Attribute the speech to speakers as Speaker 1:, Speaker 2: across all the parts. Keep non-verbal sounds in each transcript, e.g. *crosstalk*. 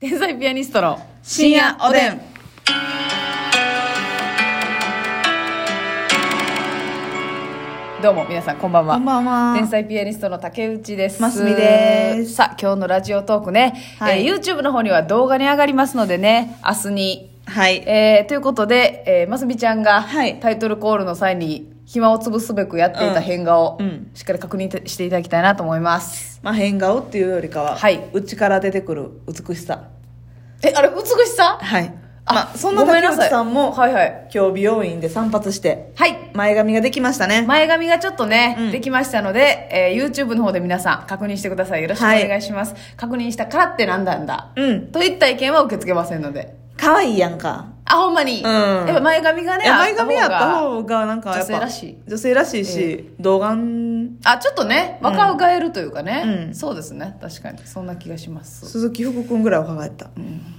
Speaker 1: 天才ピアニストの深夜おでん。どうも皆さんこんばんは。
Speaker 2: こんばんは
Speaker 1: 天才ピアニストの竹内です。
Speaker 2: ますみです
Speaker 1: さあ今日のラジオトークね、
Speaker 2: はい
Speaker 1: えー YouTube の方には動画に上がりますのでね、明日に。
Speaker 2: はい。
Speaker 1: えーということで、えー、ますみちゃんが
Speaker 2: はい
Speaker 1: タイトルコールの際に暇を潰すべくやっていた変顔を
Speaker 2: うんうん
Speaker 1: しっかり確認てしていただきたいなと思います。
Speaker 2: まあ、変顔っていうよりかは、
Speaker 1: はい
Speaker 2: 内から出てくる美しさ。
Speaker 1: え、あれ美しさ
Speaker 2: はい。
Speaker 1: あ
Speaker 2: まあ、そんな
Speaker 1: ごめん
Speaker 2: 竹
Speaker 1: なさい
Speaker 2: 内さんも、
Speaker 1: はいはい。
Speaker 2: 今日美容院で散髪して、
Speaker 1: はい。
Speaker 2: 前髪ができました *laughs* ね。
Speaker 1: 前髪がちょっとね、
Speaker 2: うん
Speaker 1: できましたので、えー YouTube の方で皆さん確認してください。よろしくお願いします。確認したからってなんだんだ。
Speaker 2: うん。
Speaker 1: といった意見は受け付けませんので。
Speaker 2: 可愛いやんか。
Speaker 1: あ、ほんまに。
Speaker 2: ん
Speaker 1: やっぱ前髪がね、
Speaker 2: いや
Speaker 1: あ
Speaker 2: 前髪やった
Speaker 1: が
Speaker 2: 方が、なんかや
Speaker 1: 女
Speaker 2: っぱ、
Speaker 1: 性らしい。
Speaker 2: 女性らしいし、童顔、
Speaker 1: あ、ちょっとね、若返るというかね、
Speaker 2: うん
Speaker 1: そうですね。確かに。そんな気がします。
Speaker 2: 鈴木福君ぐらいは輝った。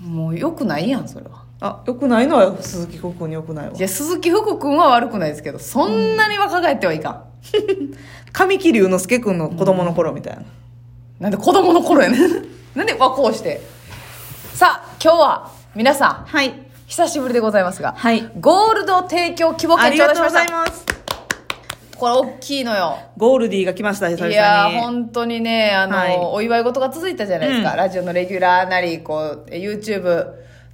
Speaker 1: もう良くないやん、それは。
Speaker 2: あ、よくないのは鈴木福君によくないわ
Speaker 1: い。や、鈴木福君は悪くないですけど、そんなに若返ってはいかん。
Speaker 2: 神木隆之介君の子供の頃みたいな。
Speaker 1: なんで子供の頃やねん。 *laughs* なんで和光して。さあ、今日は皆さん、
Speaker 2: はい。
Speaker 1: 久しぶりでございますが、
Speaker 2: はい
Speaker 1: ゴールド提供規模
Speaker 2: あ
Speaker 1: 券
Speaker 2: り
Speaker 1: 頂
Speaker 2: が
Speaker 1: 戴しま
Speaker 2: とうご
Speaker 1: し
Speaker 2: ざ
Speaker 1: た
Speaker 2: い。ます。
Speaker 1: これ大きいのよ。
Speaker 2: ゴールディが来ました、久々
Speaker 1: い
Speaker 2: に。
Speaker 1: やー、本当にね、あの、
Speaker 2: はい
Speaker 1: お祝い事が続いたじゃないですか。
Speaker 2: うん
Speaker 1: ラジオのレギュラーなり、こう、YouTube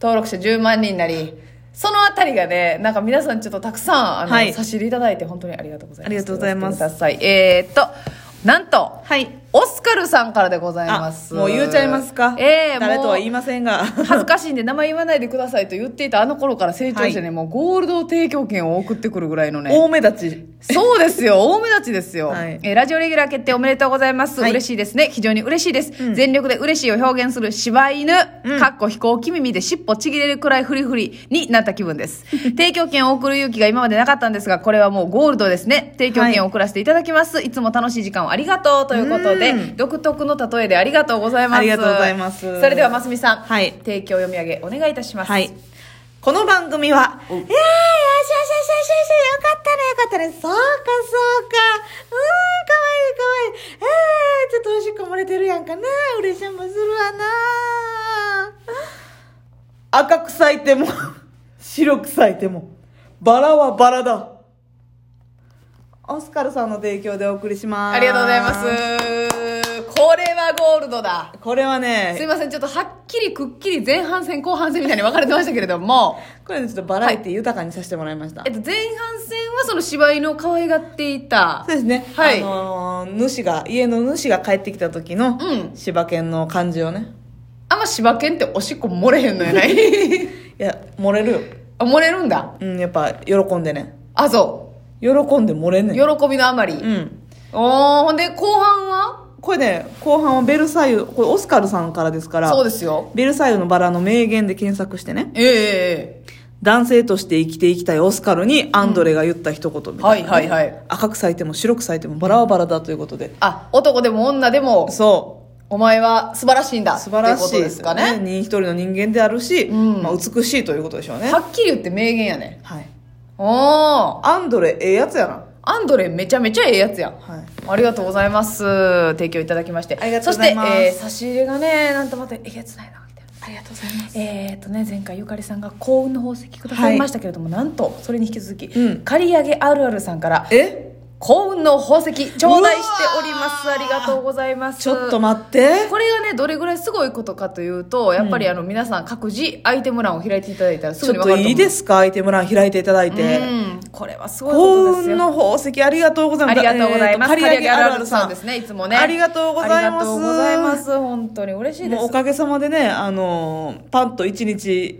Speaker 1: 登録者10万人なり、そのあたりがね、なんか皆さんちょっとたくさん、あの、
Speaker 2: はい
Speaker 1: 差し入れいただいて本当にありがとうございます。
Speaker 2: ありがとうございます
Speaker 1: ください。えーっと、なんと、
Speaker 2: はい。
Speaker 1: オスカルさんからでございま
Speaker 2: あ、
Speaker 1: す。
Speaker 2: もう言うちゃいますか。
Speaker 1: ええ
Speaker 2: 誰とは言い
Speaker 1: もう
Speaker 2: ませんが。 *laughs*
Speaker 1: 恥ずかしいんで名前言わないでくださいと言っていたあの頃から成長してね、
Speaker 2: は
Speaker 1: もうゴールド提供券を送ってくるぐらいのね。
Speaker 2: 大目立ち。
Speaker 1: そうですよ。大目立ちですよ、
Speaker 2: はい
Speaker 1: えーラジオレギュラー決定おめでとうございます。
Speaker 2: はい
Speaker 1: 嬉しいですね。非常に嬉しいです。
Speaker 2: うん
Speaker 1: 全力で嬉しいを表現する柴犬、
Speaker 2: うん
Speaker 1: かっこ飛行機耳で尻尾ちぎれるくらいフリフリになった気分
Speaker 2: *laughs*
Speaker 1: です。提供券を送る勇気が今までなかったんですが、これはもうゴールドですね。提供券を送らせていただきます。い、つも楽しい時間をありがとうということで、
Speaker 2: うん
Speaker 1: 独特の例えでありがとうございます。
Speaker 2: ありがとうございます
Speaker 1: それでは、ますみさん、
Speaker 2: はい
Speaker 1: 提供読み上げお願いいたします。
Speaker 2: はい。この番組は、いやー、よしよしよしよしよしよかったね、よかったね。そうか、そうか。うーん、かわいい、かわいい。えー、ちょっとおしっこ漏れてるやんかな。嬉しいもするわな。赤く咲いても、 *laughs* 白く咲いても、バラはバラだ。オスカルさんの提供でお送りします。
Speaker 1: ありがとうございます。これはゴールドだ。
Speaker 2: す。これはね、
Speaker 1: すいません、ちょっとはっきりくっきり前半戦後半戦みたいに分かれてましたけれども、
Speaker 2: これねちょっとバラエティ豊かにさせてもらいました。
Speaker 1: えっと、前半戦はその芝居の可愛がっていた
Speaker 2: そう、ですね。
Speaker 1: はい
Speaker 2: あのー主が、家の主が帰ってきた時の、
Speaker 1: うん
Speaker 2: 柴犬の感じをね。
Speaker 1: あんま柴犬っておしっこ漏れへんのやない *laughs*
Speaker 2: いや、漏れるよ。
Speaker 1: あ漏れるんだ。
Speaker 2: うん、やっぱ、喜んでね。
Speaker 1: あ、そ
Speaker 2: 喜んで漏れん
Speaker 1: う。
Speaker 2: ね
Speaker 1: 喜
Speaker 2: ん。
Speaker 1: びのあまり。
Speaker 2: うん。
Speaker 1: おー、ほんで、後半は
Speaker 2: これね、後半はベルサイユ、これオスカルさんからですから、
Speaker 1: そうですよ。
Speaker 2: ベルサイユのバラの名言で検索してね、
Speaker 1: えええ
Speaker 2: 男性として生きていきたいオスカルにアンドレが言った一言
Speaker 1: え
Speaker 2: みた
Speaker 1: はいい
Speaker 2: な、
Speaker 1: はいはい。
Speaker 2: 赤く咲いても白く咲いてもバラはバラだということで。
Speaker 1: あ、男でも女でも、
Speaker 2: そう。
Speaker 1: お前は素晴らしいんだ。
Speaker 2: 素晴らし
Speaker 1: っ
Speaker 2: い
Speaker 1: てことですかね。
Speaker 2: 人一人の人間であるし、
Speaker 1: うん
Speaker 2: まあ、美しいということでしょうね
Speaker 1: はっきり言って名言やね。
Speaker 2: はい
Speaker 1: おー。
Speaker 2: アンドレええやつやな
Speaker 1: アンドレめちゃめちゃええやつやん。
Speaker 2: はい
Speaker 1: ありがとうございます。提供いただきまして。
Speaker 2: ありがとうございます
Speaker 1: そして、えー差し入れがね、なんとまたえげつないな、みたいな。
Speaker 2: ありがとうございます
Speaker 1: えっ、とね、前回ゆかりさんが幸運の宝石くださいましたけれども、なんと、それに引き続き、
Speaker 2: うん
Speaker 1: 借り上げあるあるさんから、
Speaker 2: え
Speaker 1: 幸運の宝石、頂戴しております。
Speaker 2: うわ
Speaker 1: あ
Speaker 2: ー
Speaker 1: りがとうございます。
Speaker 2: ちょっと待って
Speaker 1: これがね、どれぐらいすごいことかというと、やっぱりあの、皆さん各自アイテム欄を開いていただいたらす
Speaker 2: ち
Speaker 1: ぐに
Speaker 2: ょっ
Speaker 1: わか
Speaker 2: と
Speaker 1: ると思
Speaker 2: いいですかアイテム欄開いていただいて、
Speaker 1: うん、これはすごいこ
Speaker 2: 幸
Speaker 1: とですよ
Speaker 2: 運。の宝石ありがとうござい
Speaker 1: あ
Speaker 2: ます
Speaker 1: りがとうございます。
Speaker 2: えーと
Speaker 1: 刈
Speaker 2: 刈
Speaker 1: り上
Speaker 2: り上げ
Speaker 1: げ
Speaker 2: あ
Speaker 1: あ
Speaker 2: る
Speaker 1: るあ
Speaker 2: ある
Speaker 1: る
Speaker 2: さ
Speaker 1: さ
Speaker 2: ん
Speaker 1: んですね、いつもね。
Speaker 2: ありがとうございます
Speaker 1: ありがとうございます。本当に嬉しいで
Speaker 2: もうお
Speaker 1: す。
Speaker 2: かげさまでねあのーパンと1日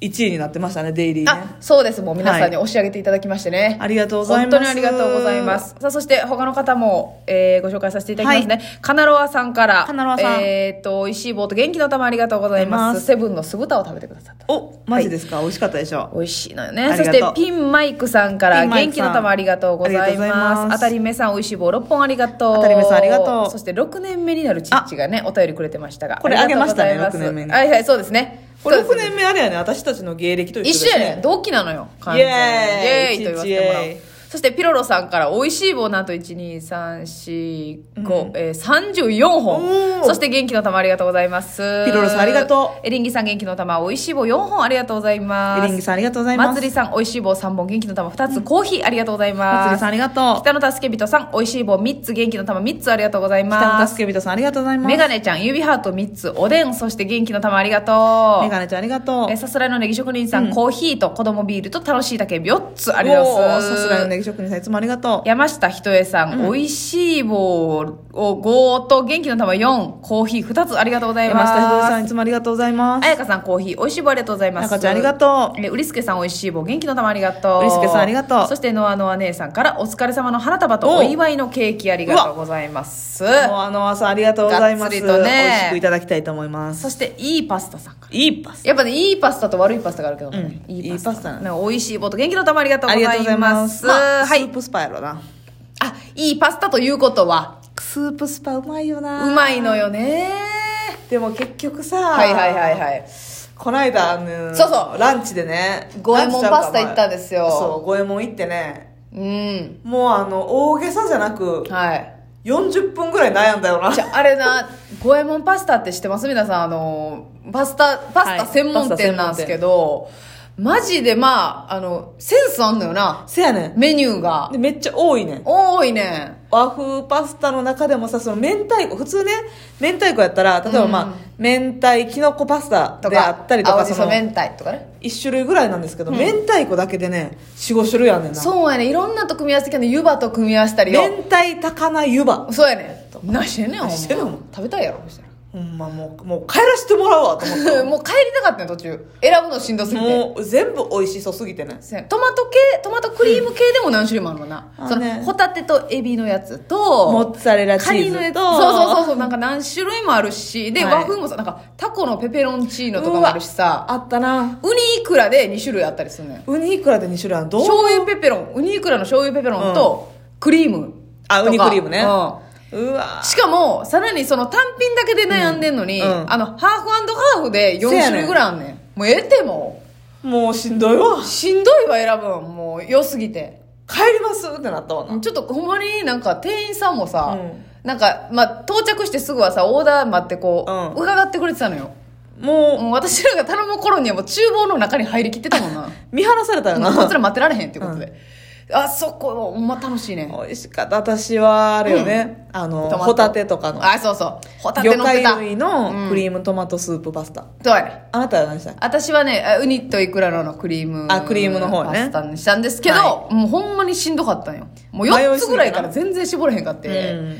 Speaker 2: 1位になってましたねデイリーね
Speaker 1: あ、そうです。もう皆さんに
Speaker 2: は
Speaker 1: 押し上げていただきましてね。
Speaker 2: ありがとうございます
Speaker 1: 本当にありがとうございます。さあ、そして他の方も、えーご紹介させていただきますね。カナロアさんから、
Speaker 2: カナロアさん
Speaker 1: えっと、美味しい棒と元気の玉ありがとうございま。
Speaker 2: ありがとうございますす
Speaker 1: セブンの酢豚を食べてくださった。
Speaker 2: おマジですか、美味しかったでしょ
Speaker 1: 美味しいのよ
Speaker 2: あ
Speaker 1: ね。
Speaker 2: り
Speaker 1: そ
Speaker 2: が
Speaker 1: し
Speaker 2: とう
Speaker 1: て、ピンマイクさんから、
Speaker 2: ピンマイ
Speaker 1: 元
Speaker 2: ク
Speaker 1: 気
Speaker 2: さん
Speaker 1: の玉ありがとうござい
Speaker 2: ありがとうござ
Speaker 1: ま
Speaker 2: い
Speaker 1: す。
Speaker 2: ます
Speaker 1: あたりめさん、美味しい棒6本ありがとう。
Speaker 2: あたりめさんありがとう
Speaker 1: そして、6年目になるちっちがね、お便りくれてましたが。
Speaker 2: これあげましたね
Speaker 1: ありがとうござい
Speaker 2: 六年目
Speaker 1: ます
Speaker 2: に
Speaker 1: はいはい、そうですね。
Speaker 2: これ
Speaker 1: そう
Speaker 2: 6
Speaker 1: です
Speaker 2: 年目あれやね私たちの芸歴と一緒で
Speaker 1: 一
Speaker 2: す
Speaker 1: 緒やね。同期なのよ。完
Speaker 2: イ
Speaker 1: 全にイ
Speaker 2: エーイ
Speaker 1: エーイと言わせてもら
Speaker 2: 一日イエーイ
Speaker 1: う。そしてピロロさんから、美味しい棒なんと、1、2、3、4、5、えー、34
Speaker 2: お
Speaker 1: 本。
Speaker 2: ー
Speaker 1: そして元気の玉ありがとうございます。
Speaker 2: ピロロさんありがと
Speaker 1: う。エリンギさん元気の玉、美味しい棒4本ありがとうございます。
Speaker 2: エリンギさんありがとうございます
Speaker 1: まつりさん、美味しい棒3本、元気の玉2つ、コーヒーありがとうございます。
Speaker 2: まつりさんありがとう
Speaker 1: 北野助人さん、美味しい棒3つ、元気の玉3つありがとうございます。
Speaker 2: 北野助人さんありがとうございます
Speaker 1: メガネちゃん、指ハート3つ、おでん、そして元気の玉ありがとう。
Speaker 2: メガネちゃんありがとう
Speaker 1: えーさすらいのネギ職人さん、コーヒーと子供ビールと楽しいだけ4つありがとうございます。
Speaker 2: おーさすがのネギ職人さんいつもありがとう
Speaker 1: 山下ひとえさん、美味しい棒を5と元気の玉4、コーヒー2つありがとうござい
Speaker 2: 山
Speaker 1: ます。
Speaker 2: 下ひとりさんいつもありがとうございます
Speaker 1: あやかさんコーヒー、美味しい棒ありがとうございます。
Speaker 2: あやかちゃんありがとう
Speaker 1: えー、うりすけさん美味しい棒、元気の玉ありがとう。
Speaker 2: うりすけさんありがとう
Speaker 1: そして、ノアノア姉さんから、お疲れ様の花束と
Speaker 2: お
Speaker 1: お祝いのケーキありがとうございます。
Speaker 2: もうあの朝ありがとうござい
Speaker 1: が
Speaker 2: ます
Speaker 1: っつりとね
Speaker 2: 美味しくいただきたいと思います
Speaker 1: そして、いいパスタさんから。
Speaker 2: いいパス
Speaker 1: やっぱね、いいパスタと悪いパスタがあるけどね。
Speaker 2: うんいいパスタなの
Speaker 1: なんか美味しい棒と元気の玉ありがとう
Speaker 2: あ
Speaker 1: ご
Speaker 2: りが
Speaker 1: ざ
Speaker 2: とうござ
Speaker 1: い
Speaker 2: い
Speaker 1: ま。
Speaker 2: ますすまあ
Speaker 1: は
Speaker 2: ス
Speaker 1: い
Speaker 2: ー。プスパやろな
Speaker 1: あ、いいパスタということは、
Speaker 2: スープスパうまいよな
Speaker 1: うまいのよね。
Speaker 2: でも結局さ
Speaker 1: はいはいはいはい。
Speaker 2: こないだあの
Speaker 1: そうそう
Speaker 2: ランチでね
Speaker 1: 五右衛門
Speaker 2: ランチちゃう
Speaker 1: パ
Speaker 2: か
Speaker 1: スタ行ったんですよ
Speaker 2: そう五右衛門行ってね
Speaker 1: うん。
Speaker 2: もうあの大げさじゃなく
Speaker 1: はい。
Speaker 2: 40分ぐらい悩んだよな
Speaker 1: じゃあれな五右衛門パスタって知ってます皆さんあのパスタパスタ専門店なんですけど、マジでまああのセンスあんのよな
Speaker 2: せやねん
Speaker 1: メニューが
Speaker 2: でめっちゃ多いねん
Speaker 1: 多いね
Speaker 2: 和風パスタの中でもさその明太子普通ね明太子やったら例えばまあ、明太きのこパスタ
Speaker 1: と
Speaker 2: で
Speaker 1: か
Speaker 2: あったりとか
Speaker 1: 青じ
Speaker 2: そ
Speaker 1: そ
Speaker 2: の
Speaker 1: 明太とかね
Speaker 2: 1種類ぐらいなんですけど、明太子だけでね45種類あんねんな
Speaker 1: そうやねいろんなと組み合わせてけど湯葉と組み合わせたりよ
Speaker 2: 明太高菜湯葉
Speaker 1: そうやね何してんねんお前
Speaker 2: 何してんのお前
Speaker 1: 食べたいやろそしたら
Speaker 2: ほんまもうもう帰らしてもらうわと思っ
Speaker 1: *laughs* もう帰りたかったよ途中選ぶのしんどす
Speaker 2: て
Speaker 1: ぎて
Speaker 2: もう全部美味しそうすぎてね
Speaker 1: せやトマト系トマトクリーム系でも何種類もあるもんな、
Speaker 2: うんあ
Speaker 1: そ
Speaker 2: ね
Speaker 1: のホタテとエビのやつと
Speaker 2: モッツァレラチ
Speaker 1: カニ
Speaker 2: ー
Speaker 1: のや
Speaker 2: ズ
Speaker 1: つ
Speaker 2: と
Speaker 1: そうそうそうそうなんか何種類もあるしで、
Speaker 2: はい
Speaker 1: 和風もさなんかタコのペペロンチーノとかもあるしさ
Speaker 2: あったな
Speaker 1: ウニイクラで2種類あったりするねん
Speaker 2: ウニいくらで2種類あるのどう
Speaker 1: 醤油ペペロンウニイクラの醤油ペペロンとクリームとか
Speaker 2: あウニクリーム
Speaker 1: う
Speaker 2: ね
Speaker 1: ん
Speaker 2: うわ
Speaker 1: しかもさらにその単品だけで悩んでんのに、
Speaker 2: うんうん
Speaker 1: あのハーフハーフで4
Speaker 2: せや
Speaker 1: 種
Speaker 2: ねん
Speaker 1: 類ぐらいあんねんもうええっても
Speaker 2: もうしんどいわ
Speaker 1: うしんどいわ選ぶのもう良すぎて
Speaker 2: 帰りますってなったわな
Speaker 1: ちょっとほんまになんか店員さんもさ、
Speaker 2: うん
Speaker 1: なんか、まあ、到着してすぐはさオーダー待ってこう、
Speaker 2: うん
Speaker 1: 伺ってくれてたのよ
Speaker 2: もう
Speaker 1: *laughs* もう私らが頼む頃にはもう厨房の中に入りきってたもんな
Speaker 2: 見放されたよ
Speaker 1: も
Speaker 2: な
Speaker 1: うこっちら待ってられへんっていうことで、あそこほんま楽しいね
Speaker 2: 美味しかった私はあれよね、あの
Speaker 1: トマト
Speaker 2: ホタテとかの
Speaker 1: あそうそうホタテ
Speaker 2: 魚
Speaker 1: 乗って
Speaker 2: 介
Speaker 1: た
Speaker 2: 類のク
Speaker 1: ーム、
Speaker 2: リームトマトスープパスタ、
Speaker 1: うんそうやね
Speaker 2: あなたは何したっけ
Speaker 1: 私はねあウニとイクラのクリーム
Speaker 2: あクリームの方ね
Speaker 1: パスタにしたんですけど、
Speaker 2: は
Speaker 1: もうほんまにしんどかったんよもう
Speaker 2: 迷いすぎたな
Speaker 1: 4つぐらいから全然絞れへんかって、
Speaker 2: うん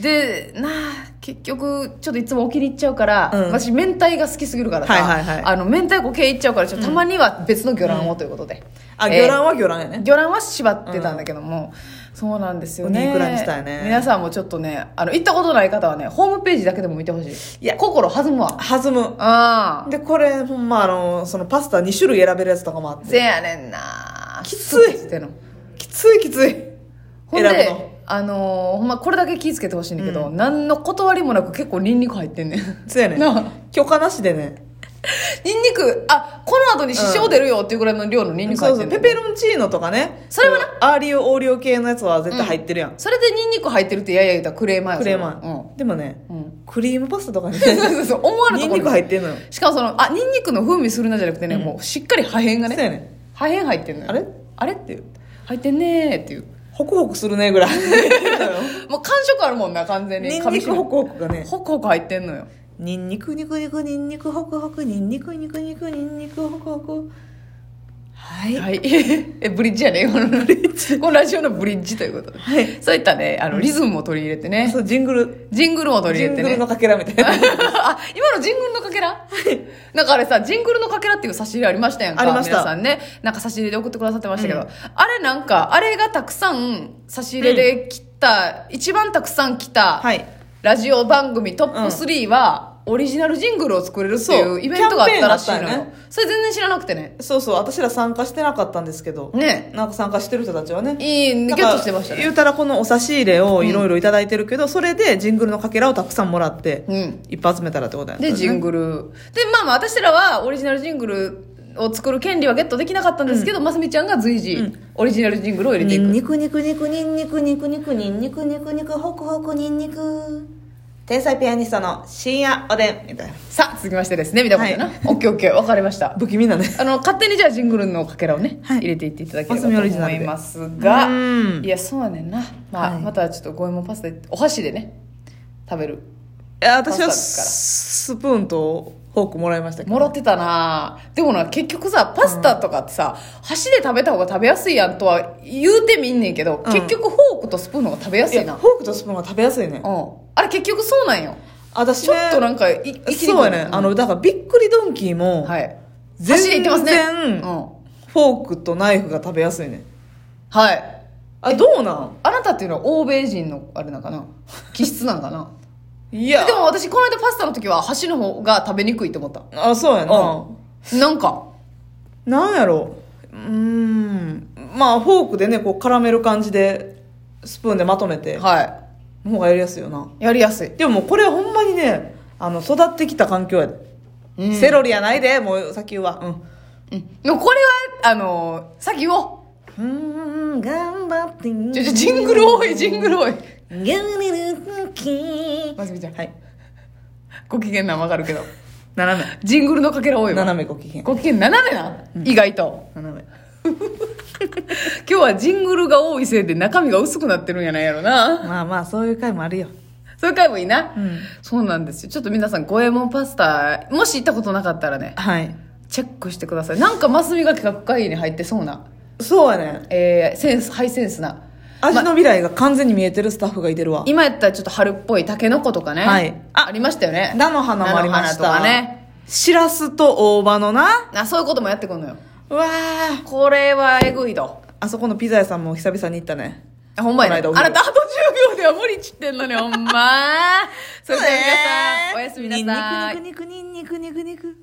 Speaker 1: でなあ結局ちょっといつもお気に入っちゃうから、
Speaker 2: うん
Speaker 1: 私明太が好きすぎるからさ、
Speaker 2: はいはいはい
Speaker 1: あの明太子系いっちゃうからちょっとたまには別の魚卵をということで、
Speaker 2: あ
Speaker 1: えー
Speaker 2: 魚卵は魚卵やね、
Speaker 1: 魚卵は縛ってたんだけども、そうなんですよね
Speaker 2: お肉らにしたいね
Speaker 1: 皆さんもちょっとねあの行ったことない方はねホームページだけでも見てほしい
Speaker 2: いや
Speaker 1: 心弾むわ
Speaker 2: 弾む
Speaker 1: ああ
Speaker 2: でこれほんまあのそのパスタ2種類選べるやつとかもあって
Speaker 1: せやねんな
Speaker 2: きつい
Speaker 1: っての
Speaker 2: きついきつい
Speaker 1: ほん
Speaker 2: 選ぶ
Speaker 1: で
Speaker 2: の
Speaker 1: あのーほんまこれだけ気ぃつけてほしいんだけど、何の断りもなく結構ニ *laughs* ンニク入ってんねん
Speaker 2: そうやね
Speaker 1: なあ
Speaker 2: 許可なしでね
Speaker 1: ニンニクあこの後に支障出るよっていうぐらいの量のニンニク
Speaker 2: そ
Speaker 1: 入
Speaker 2: う
Speaker 1: って
Speaker 2: そ
Speaker 1: る
Speaker 2: うペペロンチーノとかね
Speaker 1: それはな
Speaker 2: なアーリオオーリオ系のやつは絶対入ってるやん、
Speaker 1: それでニンニク入ってるってやや言うたらクレーマーや
Speaker 2: クレーマ
Speaker 1: それは
Speaker 2: ー、でもね、
Speaker 1: うん、うん *laughs*
Speaker 2: クリームパスタとかに
Speaker 1: そう
Speaker 2: ね
Speaker 1: そうそう思わぬ
Speaker 2: ニ
Speaker 1: と
Speaker 2: ン
Speaker 1: ころ
Speaker 2: ニク入ってんのよ
Speaker 1: しかもそのあニンニクの風味するなじゃなくてね、もうしっかり破片が
Speaker 2: そう
Speaker 1: ね
Speaker 2: やね
Speaker 1: 破片入ってんのよ
Speaker 2: あれ
Speaker 1: あれっていう入ってんねーっていう
Speaker 2: ホクホクするねぐらい
Speaker 1: もう感触あるもんな完全に
Speaker 2: *laughs* ニンニクホ
Speaker 1: ク
Speaker 2: クホクがね
Speaker 1: ホクホク入ってんのよ
Speaker 2: ニンニクニクニクニンニクホクホクニンニクニクニクニンニクホクホクはい
Speaker 1: はい *laughs* えブリッジやねこのブリッジこのラジオのブリッジということで、
Speaker 2: はい
Speaker 1: そういったねあのリズムも取り入れてね
Speaker 2: そうジングル
Speaker 1: ジングルも取り
Speaker 2: ジ
Speaker 1: 入れ
Speaker 2: ン
Speaker 1: て
Speaker 2: グ
Speaker 1: ね
Speaker 2: ルのかけらみたいな
Speaker 1: *laughs* あ今のジングルのかけら、なんかあれさジングルのかけらっていう差し入れありましたやんか
Speaker 2: ありました
Speaker 1: 皆さんねなんか差し入れで送ってくださってましたけど、あれなんかあれがたくさん差し入れで来た、一番たくさん来た、
Speaker 2: はい
Speaker 1: ラジオ番組トップ3は、オリジナルジングルを作れるってい
Speaker 2: そう
Speaker 1: うイベントがあったらしいの
Speaker 2: キャンペー
Speaker 1: よ、
Speaker 2: ンだったよ
Speaker 1: それ全然知らなくてね
Speaker 2: *laughs* そうそう私ら参加してなかったんですけど
Speaker 1: ね
Speaker 2: なんか参加してる人たちはね
Speaker 1: いいゲ
Speaker 2: なん
Speaker 1: ッ
Speaker 2: か
Speaker 1: トしてましたね
Speaker 2: 言うたらこのお差し入れをいろいろいただいてるけど、それでジングルのかけらをたくさんもらって、
Speaker 1: うん
Speaker 2: いっぱい集めたらってことやね
Speaker 1: でジン
Speaker 2: グ
Speaker 1: グルでまあまあ私らはオリジナルジングルを作る権利はゲットできなかったんですけど、ますみちゃんが随時オリジナルジングルを入れてい
Speaker 2: に
Speaker 1: く、
Speaker 2: んにくにくにくにんにくにくにくにんにくにくにくほくほくにんにく天才ピアニストの深夜おでんみたいな
Speaker 1: さあ続きましてですね見たことな、
Speaker 2: はい
Speaker 1: オッケーオッケー分かりました
Speaker 2: 不気味だね
Speaker 1: あの勝手にじゃあジングルのかけらをね、
Speaker 2: はい
Speaker 1: 入れていっていただければ
Speaker 2: ますみオリ
Speaker 1: と
Speaker 2: ジナ
Speaker 1: 思
Speaker 2: ルで
Speaker 1: いますが
Speaker 2: うん
Speaker 1: いやそうやねんな、まあ
Speaker 2: はい
Speaker 1: またちょっと五右衛門パスタお箸でね食べるパスタ
Speaker 2: 私は
Speaker 1: ですから
Speaker 2: ススプーンとフォークもらいましたけど
Speaker 1: もろってたなでもな結局さパスタとかってさ、箸で食べた方が食べやすいやんとは言うてみんねんけど、
Speaker 2: うん
Speaker 1: 結局フォークとスプーンの方が食べや
Speaker 2: い
Speaker 1: すい
Speaker 2: や
Speaker 1: なうん
Speaker 2: フォークとスプーンは食べやすいね
Speaker 1: あれ結局そうなんよ
Speaker 2: 私
Speaker 1: ちょ
Speaker 2: ね
Speaker 1: っとなんかい生きに
Speaker 2: そうやね、
Speaker 1: くい
Speaker 2: あのだからびっくりドンキーも、
Speaker 1: はい
Speaker 2: 全
Speaker 1: 箸でいってますね
Speaker 2: 然
Speaker 1: うん
Speaker 2: フォークとナイフが食べやすいね
Speaker 1: はい
Speaker 2: あどうなん
Speaker 1: あなたっていうのは欧米人のあれなんかな気質なんか
Speaker 2: *laughs*
Speaker 1: ない
Speaker 2: や
Speaker 1: でも私この間パスタの時は箸の方が食べにくいと思った
Speaker 2: あそうやな
Speaker 1: なんか
Speaker 2: なんやろううーんまあフォークでねこう絡める感じでスプーンでまとめての
Speaker 1: は
Speaker 2: 方がやりやすいよない
Speaker 1: やりやすい、
Speaker 2: でももうこれはほんまにねあの育ってきた環境やで、
Speaker 1: うん
Speaker 2: セロリやないでもう先はうん
Speaker 1: うんでもこれはあのー、さっき言おう
Speaker 2: うーん頑張って
Speaker 1: ちょちょジングル多いジングル多いますみちゃん
Speaker 2: はい
Speaker 1: ご機嫌なんわかるけど
Speaker 2: 斜
Speaker 1: ジングルのかけら多
Speaker 2: め
Speaker 1: いわ
Speaker 2: 斜めご機嫌
Speaker 1: ご機嫌斜めな、意外と
Speaker 2: 斜め
Speaker 1: 今日はジングルが多いせいで中身が薄くなってるんやないやろな
Speaker 2: まあまあそういう回もあるよ
Speaker 1: そういう回もいいな、
Speaker 2: うん
Speaker 1: そうなんですよちょっと皆さん五右衛門パスタもし行ったことなかったらね
Speaker 2: はい
Speaker 1: チェックしてくださいなんかマスミが企画会議に入ってそうな、
Speaker 2: そうやね
Speaker 1: えーセンスハイセンスな
Speaker 2: 味の未来が完全に見えてるスタッフがいてるわ
Speaker 1: 今やったらちょっと春っぽいタケノコとかね、
Speaker 2: はい
Speaker 1: あありましたよね
Speaker 2: 菜の花もありまし
Speaker 1: 菜
Speaker 2: た
Speaker 1: の花とかね
Speaker 2: しらすと大葉のな
Speaker 1: あそういうこともやってくんのよ
Speaker 2: うわー
Speaker 1: これはえぐいと
Speaker 2: あそこのピザ屋さんも久々に行ったね
Speaker 1: あほんまやね。あ
Speaker 2: この間お昼
Speaker 1: なたあと10秒では無理ちってんの
Speaker 2: *laughs*
Speaker 1: ね、ほんま。それでは皆さん、おやすみなさい。
Speaker 2: にくにくにくにくにくにく